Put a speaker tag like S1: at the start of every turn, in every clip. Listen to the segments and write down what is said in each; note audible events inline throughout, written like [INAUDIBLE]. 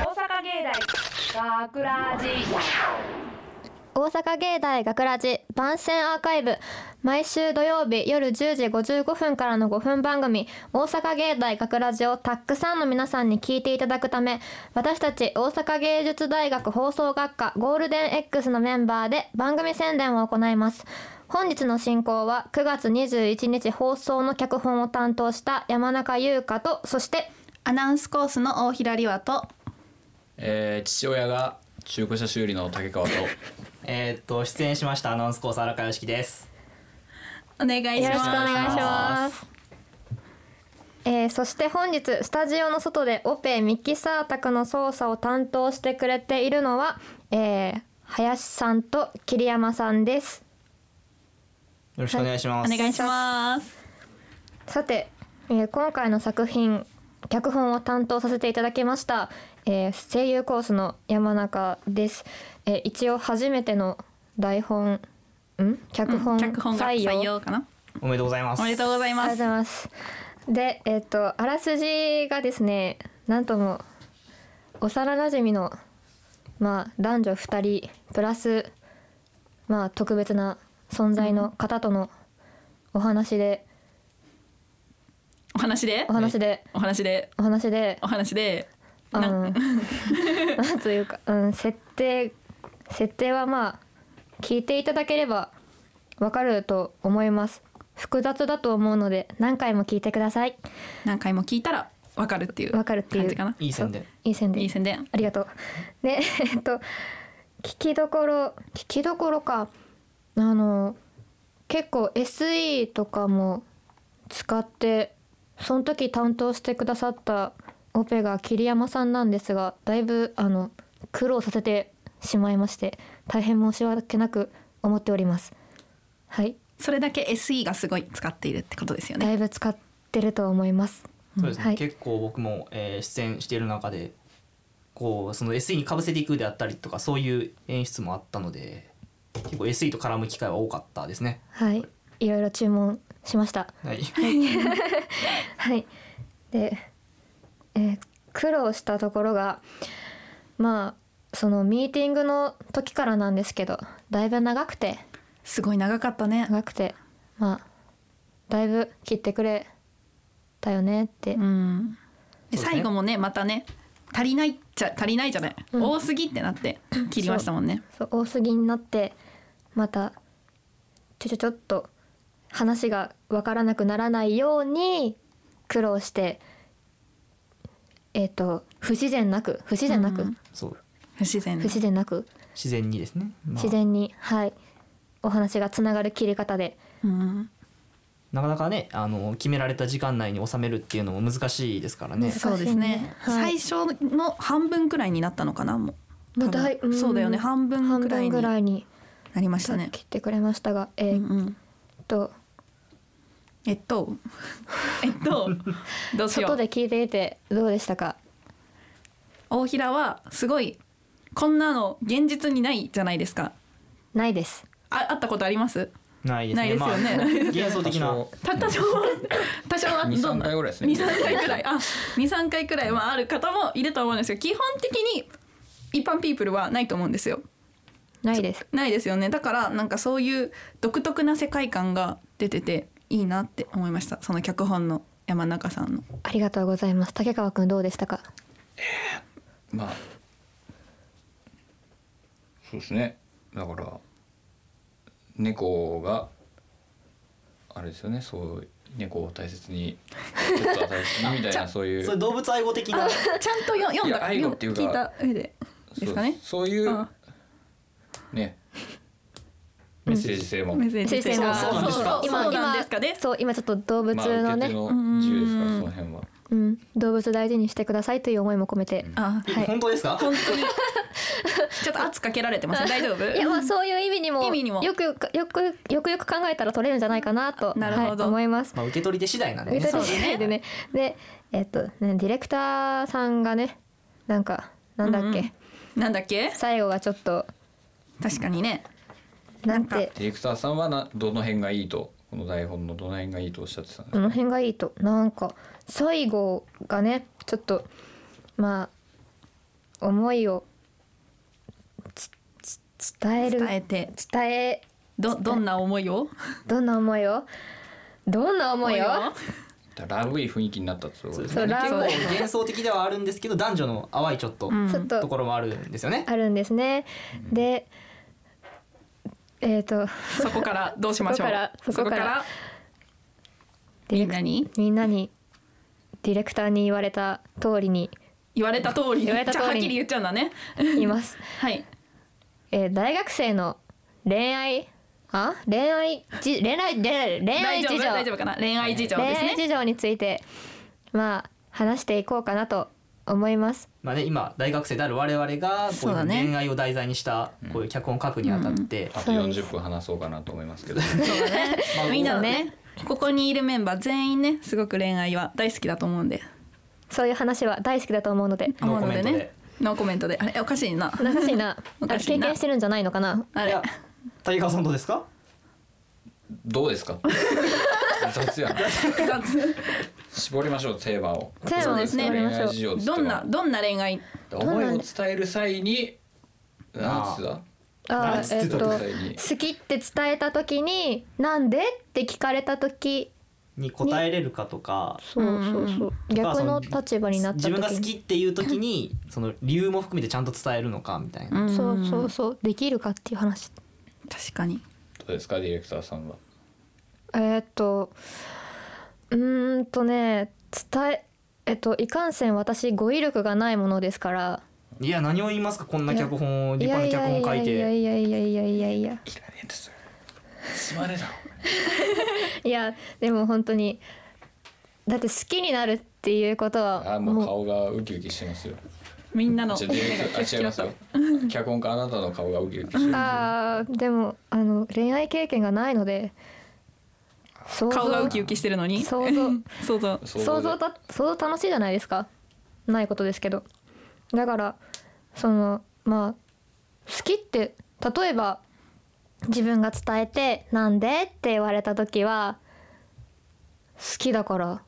S1: 大学ラジ
S2: 大阪芸大学ラジ番宣アーカイブ毎週土曜日夜10時55分からの5分番組「大阪芸大学ラジをたくさんの皆さんに聞いていただくため私たち大阪芸術大学放送学科ゴールデン X のメンバーで番組宣伝を行います本日の進行は9月21日放送の脚本を担当した山中優香とそして
S3: アナウンスコースの大平里和と
S4: えー、父親が中古車修理の竹川と
S5: えーっと出演しましたアナウンスコース荒川良樹です。
S3: お願いし
S2: よろしくお
S3: ま
S2: 願いします。えーそして本日スタジオの外でオペミキサー宅の操作を担当してくれているのは、えー林さんと桐山さんです
S5: よろしくお願いします。
S3: すお願いします
S2: さて、えー今回の作品脚本を担当させていただきました、えー声優コースの山中です、えー一応初めての台本ん脚本
S3: 脚本が採用かな
S5: おめでとうございます。
S3: おめでとうござ
S2: あ
S3: い
S2: りがとうご
S3: ます
S2: ざいます。で、えっ、と、あらすじがですね、なんとも。幼馴染みの、まあ、男女二人プラス。まあ、特別な存在の方との。お話で、
S3: お話で
S2: お話で、
S3: お話で
S2: お話で、
S3: お話で
S2: う。
S3: なん
S2: なんというか、うん、設定。設定はまあ。聞いていただければ。わかると思います。複雑だと思うので、何回も聞いてください。
S3: 何回も聞いたらわかるっていう
S2: わかるっていう
S3: 感じかない
S5: い宣伝。
S2: いい線で。
S3: いい宣伝
S2: ありがとう。で、 [LAUGHS] えっと、聞きどころ、聞きどころか。あの、結構 SE とかも使って、その時担当してくださったオペが桐山さんなんですが、だいぶあの苦労させてしまいまして、大変申し訳なく思っております。はい、
S3: それだけ SE がすごい使っているってことですよ
S2: だ
S3: ね
S2: いぶ使ってると思います。
S5: そうですね。
S2: はい
S5: 結構僕も、えー出演している中で、こうその SE に被せていくであったりとかそういう演出もあったので、結構 SE と絡む機会は多かったですね。
S2: はい、いろいろ注文しました。
S5: はい。
S2: はい、で、えー苦労したところがまあそのミーティングの時からなんですけどだいぶ長くて
S3: すごい長かったね
S2: 長くてまあだいぶ切ってくれたよねって、
S3: うんで
S5: そうですね
S3: 最後もねまたね足りないっちゃ足りないじゃない
S2: うん
S3: 多すぎってなって切りましたもんね
S2: そう大杉になってまたちょちょちょっと話がわからなくならないように苦労してえっ、と不自然なく不自然なく、
S3: うん
S5: そう
S3: 不自然
S2: 不
S3: な
S2: 自然なく
S5: 自然にですね。まあ
S2: 自然に、はいお話がつながる切り方で
S3: うん
S5: なかなかねあの決められた時間内に収めるっていうのも難しいですからね。
S3: そうですね。
S2: 難しいねはい
S3: 最初の半分くらいになったのかなもう。
S2: もうだい
S3: 多分
S2: うん
S3: そうだよね。半分
S2: 半
S3: くらい
S2: 分
S3: に
S2: ぐ
S3: な
S2: らいに
S3: りましたね。
S2: 切ってくれましたが、え
S3: うん
S2: ーっ
S3: うん。
S2: と
S3: えっと、
S2: [LAUGHS]
S3: えっと、どうしよ
S2: 外
S3: う。
S2: で聞いていてどうでしたか
S3: 大平はすごいこんなの現実にないじゃないですか。
S2: ないです
S3: あ、会ったことあります？
S5: ないですね。
S3: ないですよね
S5: まあ、幻想的な。
S3: た多少は多少は
S4: 二
S3: どん
S4: 三
S3: な
S4: 回ぐらいですね
S3: 二三回くらいあ二三回くらいはある方もいると思うんですよ。基本的に一般ピープルはないと思うんですよ。
S2: ないです
S3: ないですよねだからなんかそういう独特な世界観が出てていいなって思いましたその脚本の山中さんの
S2: ありがとうございます竹川くんどうでしたか
S4: [LAUGHS] まあそうですねだから猫があれですよねそう猫を大切にちょっと大
S3: [LAUGHS]
S4: 切にみたいなそういう
S5: それ動物愛護的な。
S3: [LAUGHS] ちゃんとよ読ん
S4: いや
S3: だ
S4: 愛護っていうか
S3: 聞いた上でですかね
S4: そうそういう
S3: あ
S4: ねメッセージ性も、
S3: メッセージ
S2: 先生
S5: そうなんですか
S3: そうそうなんですかね
S2: そう今ちょっと動物
S4: まあ、受
S2: の
S4: け手
S2: ね、
S4: の自由ですから
S3: うん
S4: その辺は
S2: うん、動物大事にしてくださいという思いも込めて、
S3: あ
S5: え
S2: はい
S5: 本当ですか？
S3: 本当に [LAUGHS] ちょっと圧かけられて [LAUGHS] ます大丈夫
S2: いやまあそういう意味にも
S3: 意味にも
S2: よくよくよくよくよく考えたら取れるんじゃないかなと
S3: なるほど
S2: はい、思います
S5: まあ受け取り手次第なんで
S2: 見た
S5: ね。
S2: り
S3: そう
S2: しないでね。で、えっと、ね、ディレクターさんがね、なんか、なんだっけ、
S3: うんなんだっけ
S2: 最後がちょっと、
S3: 確かにね
S2: なん
S3: な
S2: て、
S4: ディレクターさんはなどの辺がいいとこの台本のどの辺がいいとおっしゃってたんで
S2: こ
S4: すか、
S2: の辺がいいと、なんか、最後がね、ちょっと、まあ、思いをつつ伝える
S3: 伝えて
S2: 伝え
S3: どどんな思いを
S2: どんな思いをどんな思いを
S4: だからラブい雰囲気になったってことです
S2: そ
S4: ね
S2: う
S5: 結
S2: ラブ
S5: 構幻想的ではあるんですけど男女の淡いちょっと
S3: うん
S2: ちょっ
S5: とことろもあるんですよね。
S2: あるんですね。でえっ、と
S3: [LAUGHS] そこからどうしまし
S2: そ
S3: ょう
S2: こから
S3: そこから
S2: ディ
S3: み
S2: レ
S3: ん
S2: ク
S3: なに
S2: みんなにディレクターに言われた通りに
S3: 言われた通りに
S2: 言われた通りに
S3: じゃあはっきり言っちゃうんだね
S2: 言い
S3: [LAUGHS]
S2: ます。
S3: はい
S2: えー大学生の恋愛あ恋愛じ恋愛恋愛恋愛
S3: 大丈
S2: 事
S3: 夫
S2: 情
S3: 大丈夫かな恋愛事情
S2: 恋
S3: です
S2: 愛
S3: ね
S2: 事情についてまあ話していこうかなと思います。
S5: まあね、今大学生である我々がこ
S3: そうう
S5: い
S3: だ
S5: う
S3: ね
S5: 恋愛を題材にしたこういう脚本を書くにあたって、
S4: あと40分話そうかなと思いますけど
S3: そうだね
S2: [LAUGHS]
S5: まあ
S3: みんな
S2: そ
S3: の
S2: う
S3: ねここにいるメンバー全員ねすごく恋愛は大好きだと思うんで
S2: そういう話は大好きだと思う
S3: [LAUGHS]
S2: ので。
S5: ノーコメントで
S3: 思うのねノーコメントであれおかしいな
S2: おかしいな。
S3: お
S2: あ
S3: かしい
S2: 経
S3: な
S2: 験してるんじゃないのかな。
S3: あ
S5: い
S3: れ [LAUGHS]
S5: や谷川さんどうですか
S4: どうですか [LAUGHS] 雑やな絞りましょうテーマを
S2: テーマをですね
S4: 恋愛事情っつっても
S3: どんなどんな恋愛
S4: 思いを伝える際になんつうだ
S2: あ
S5: なんつ
S2: え
S5: って
S2: ったと
S5: の
S2: 好きって伝えた時になんでって聞かれた時
S5: に答えれるかとか
S2: そうそうそう
S5: まあ
S2: 逆
S5: そ
S2: の立場になった時
S5: 自
S2: に
S5: 分が好きっていう時にその理由も含めてちゃんと伝えるのかみたいな、
S3: ん
S2: そうそうそうできるかっていう話。
S3: 確かに
S4: どうですかディレクターさんは
S2: えーっとうーんとね伝ええっといかんせん私語彙力がないものですから
S5: いや何を言いますかこんな脚本を立
S2: や
S5: 派
S2: い
S5: な
S2: やい
S5: 脚本
S2: や
S5: 書い
S2: いや
S5: て
S2: いやいやいやいやいや
S4: いらねえんですすまねえだろ
S2: いやでも本当にだって好きになるっていうこと
S4: あ
S2: は
S4: ーもう
S2: も
S4: 顔がウキウキしてますよ
S3: みんなの
S4: じゃあディレクタ [LAUGHS] ーあ違いますよ脚本家あなたの顔がウキウキして
S2: う
S4: [LAUGHS] る
S2: あーでもあの恋愛経験がないので想像
S3: 顔がウキウキしてるのに
S2: 想像
S3: 想像
S2: 想像だ想像楽しいじゃないですかないことですけどだからそのまあ好きって例えば自分が伝えて「なんで?」って言われた時は「好きだから」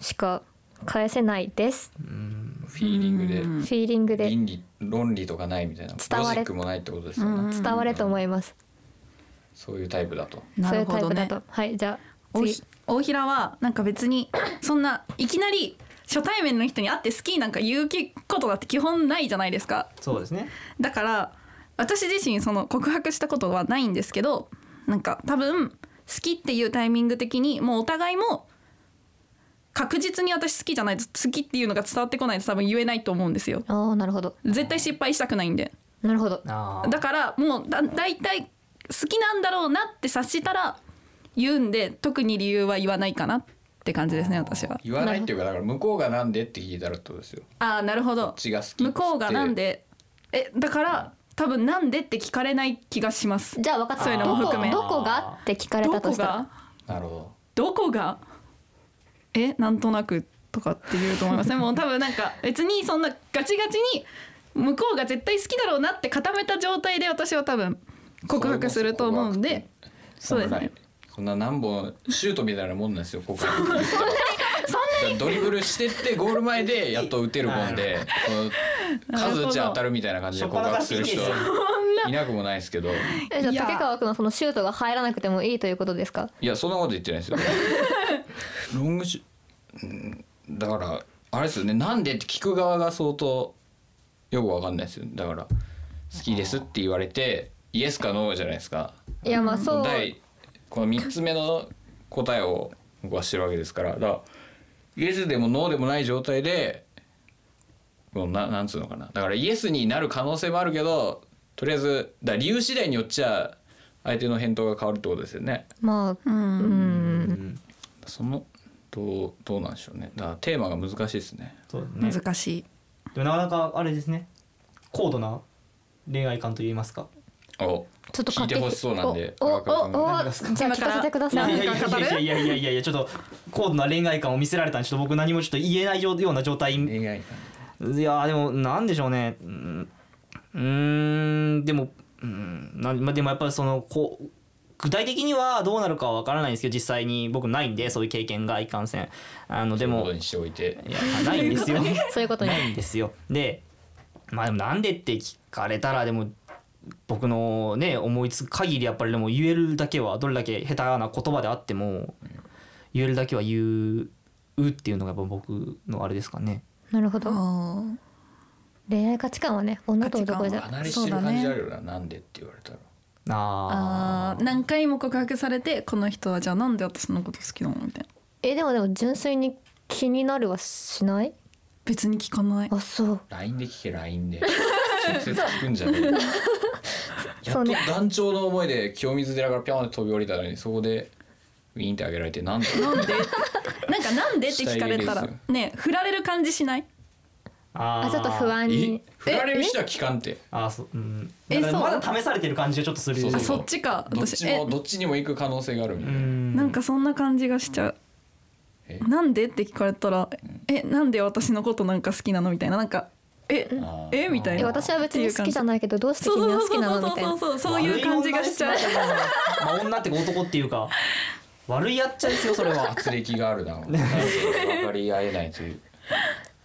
S2: しか返せないです、
S5: うん
S4: フィーリングで
S3: うん
S2: フィーリングで
S4: 倫理論理とかないみたいな
S2: 伝
S4: ロ
S2: わ
S4: ジ
S2: れ
S4: ックもないってことですよ
S3: うん
S4: ね
S2: 伝わると思います、
S4: そういうタイプだと
S3: な
S2: そういう
S3: る
S2: タ
S3: ほ
S2: イ
S3: ど
S2: プだ
S3: ね
S2: と、はいじゃあ
S3: 大
S2: 次
S3: ひ大平はなんか別にそんないきなり初対面の人に会って好きなんか言うことだって基本ないじゃないですか
S5: そうですね
S3: だから私自身その告白したことはないんですけどなんか多分好きっていうタイミング的にもうお互いも確実に私好きじゃないと好きっていうのが伝わってこないと多分言えないと思うんですよ
S2: ああなるほど
S3: 絶対失敗したくないんで
S2: なるほど
S5: あー
S3: だからもうだ大体好きなんだろうなって察したら言うんで特に理由は言わないかなって感じですね私は
S4: 言わないっていうかだから向こうがなんでって聞いたらってことですよ
S3: ああなるほど
S4: こっちが好きっつって
S3: 向こうがなんでえだから多分なんでって聞かれない気がします
S2: じゃあ分かった
S3: そういうのも含め
S2: どこどこがって聞かれ
S3: ど
S2: たと
S3: こ
S2: したら
S3: が
S4: なるほ
S3: どこがえなんとなくとかって言うと思いますねもう多分なんか別にそんなガチガチに向こうが絶対好きだろうなって固めた状態で私は多分
S4: ど
S3: 告白すると思うんで
S4: そ
S3: そう
S4: れ
S3: で
S4: こ
S3: す
S4: そ告白
S3: ね
S4: そんな何本シュートみたいなもんなんですよ告白そんなにそんなにドリブルしてってゴール前でやっと打てるもんでこの数打ち当たるみたいな感じで
S5: 初っ
S4: 告
S5: 端か
S4: 白
S5: ら
S4: する人は
S5: ピンですよ
S4: いなくもないですけど
S2: えじ
S3: い
S2: ゃ
S3: や
S2: あ竹川君はそのシュートが入らなくてもいいということですか
S4: いやそんなこと言ってな
S2: [LAUGHS]
S4: いですよロングシュうんだからあれですよねなんでって聞く側が相当よくわかんないですよだから好きですって言われてイエスかノーじゃないですか
S2: いやまあそう
S4: 第この3つ目の答えを僕はしてるわけですからだからイエスでもノーでもない状態でこのななんつうのかなだからイエスになる可能性もあるけどとりあえずだから理由次第によっちゃ相手の返答が変わるってことですよね。
S2: まあ
S3: うん
S2: うん
S4: そのどうどうなんでしょうねだからテーマが難しいですね
S5: そうですね
S3: 難しい
S5: でもなかなかあれですね高度な恋愛観といいますか
S4: お
S2: ちょっと
S4: 聞いてほしそうなんで
S2: おおお
S4: 川上君
S2: お
S5: 何ですか
S2: じゃあ聞かせてくだ
S5: いや
S2: さ
S5: い
S2: い
S5: や
S2: [LAUGHS]
S5: いやいやいやいやいやちょっと高度な恋愛観を見せられたんでちょっと僕何もちょっと言えないような状態い
S4: 恋愛
S5: やでもなんでしょうねうんうーんでもうんなまあでもやっぱりそのこう具体的にはどうなるかは分からないんですけど実際に僕ないんでそういう経験がいかんせんあので
S4: でも
S5: も
S4: にしておいて
S5: いやないんですよ
S2: そういうことに
S5: ないんですよでまあでもなんでって聞かれたらでも僕のね思いつく限りやっぱりでも言えるだけはどれだけ下手な言葉であっても言えるだけは言うっていうのがやっぱ僕のあれですかね。
S2: なるほ
S3: あ
S2: ど
S3: ー
S2: 恋愛価値観はね女と男じゃ
S3: 価値観
S4: 離れしてる感じあるよな、なんでって言われたら
S5: あ
S3: あー何回も告白されてこの人はじゃあなんで私のこと好きなのみたいな
S2: えでもでも純粋に気になるはしない
S3: 別に聞かない
S2: あそう
S4: LINE で聞け LINE で直接聞くんじゃねえよや
S2: [LAUGHS] そう
S4: っと
S2: ね
S4: 団長の思いで清水寺からピョンって飛び降りたのにそこでウィーンって上げられてなんだ
S3: なんでなんかなんでって聞かれた
S4: 下
S3: ら
S4: 着です
S3: ね振られる感じしない
S5: あ
S2: あちょっと不安
S4: え
S2: に
S4: 振られる人は聞かんって
S5: あーそう、うん、
S3: え
S5: だから
S3: そう
S5: まだ試されてる感じがちょっとする
S4: そう
S3: あそっちか
S4: どっち
S3: 私え
S4: もどっちにも行く可能性があるみ
S5: う
S4: たいな、
S5: ん
S3: なんかそんな感じがしちゃう
S4: え
S3: なんでって聞かれたら「えなんで私のことなんか好きなの?」みたいななんか「え
S4: あー
S3: えみたい
S2: え
S3: な
S2: 私は別に好きじゃないけどどうして
S3: そう
S2: 君
S3: そ
S2: は
S3: う
S2: 好きなのみたい
S3: そうそう
S2: な
S3: そうそういう感じがしちゃう
S5: 悪い女ですねそれはまあ女っていうか男ってい
S3: [LAUGHS]
S5: うか悪いやっちゃいですよそれは
S4: 圧力があ [LAUGHS] るな分かり合えないという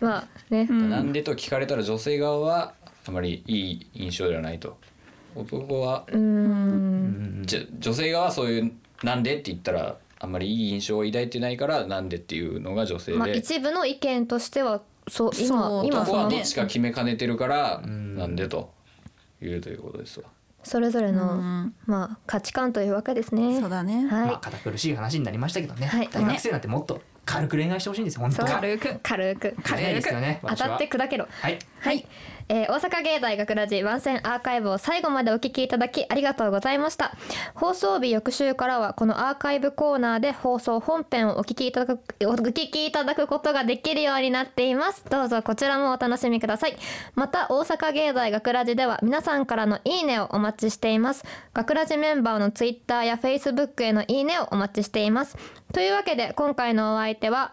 S2: まあね
S3: うん
S4: なんでと聞かれたら女性側はあまりいい印象ではないと男は
S2: うーん
S4: じゃ女性側はそういう「なんで?」って言ったらあんまりいい印象を抱いてないから「なんで?」っていうのが女性で、
S2: まあ一部の意見としてはそう
S3: そ
S2: 今
S3: う
S2: 今
S4: 男
S2: そ
S4: は
S2: の
S4: どっちか決めかねてるから「
S5: ん
S4: なんで?」と言うということですわ。
S2: それぞれ
S3: う
S2: の
S3: ん
S2: まあ価値観というわけですね
S3: そうだね
S5: まあ
S2: は
S5: 堅苦しい話になりましたけどね、
S2: はい
S5: 大学生なんてもっと軽く恋愛してほしいんですよ本当
S2: そう
S5: に
S3: 軽く
S2: い軽く
S5: 軽いですよね
S2: 当たって
S5: く
S2: 砕けろ
S5: はい
S2: はい、えー大阪芸大学ラジ番宣アーカイブを最後までお聞きいただきありがとうございました放送日翌週からはこのアーカイブコーナーで放送本編をお聞きいただくお聞きいただくことができるようになっていますどうぞこちらもお楽しみくださいまた大阪芸大学ラジでは皆さんからのいいねをお待ちしています学ラジメンバーのツイッターやフェイスブックへのいいねをお待ちしていますというわけで今回のお相手は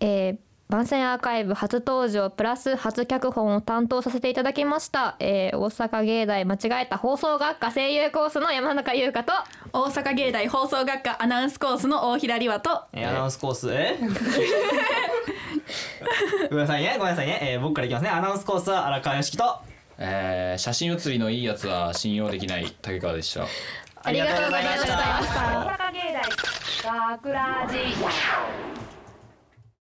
S2: えー番宣アーカイブ初登場プラス初脚本を担当させていただきました、えー大阪芸大間違えた放送学科声優コースの山中優香と
S3: 大阪芸大放送学科アナウンスコースの大平里和と
S5: えーアナウンスコースえ [LAUGHS] ごめんなさいねごめんなさいね、えー僕からいきますねアナウンスコースは荒川良樹と
S4: えー写真写りのいいやつは信用できない竹川でした。
S5: ありがとうございました
S1: 大阪芸大学ラジ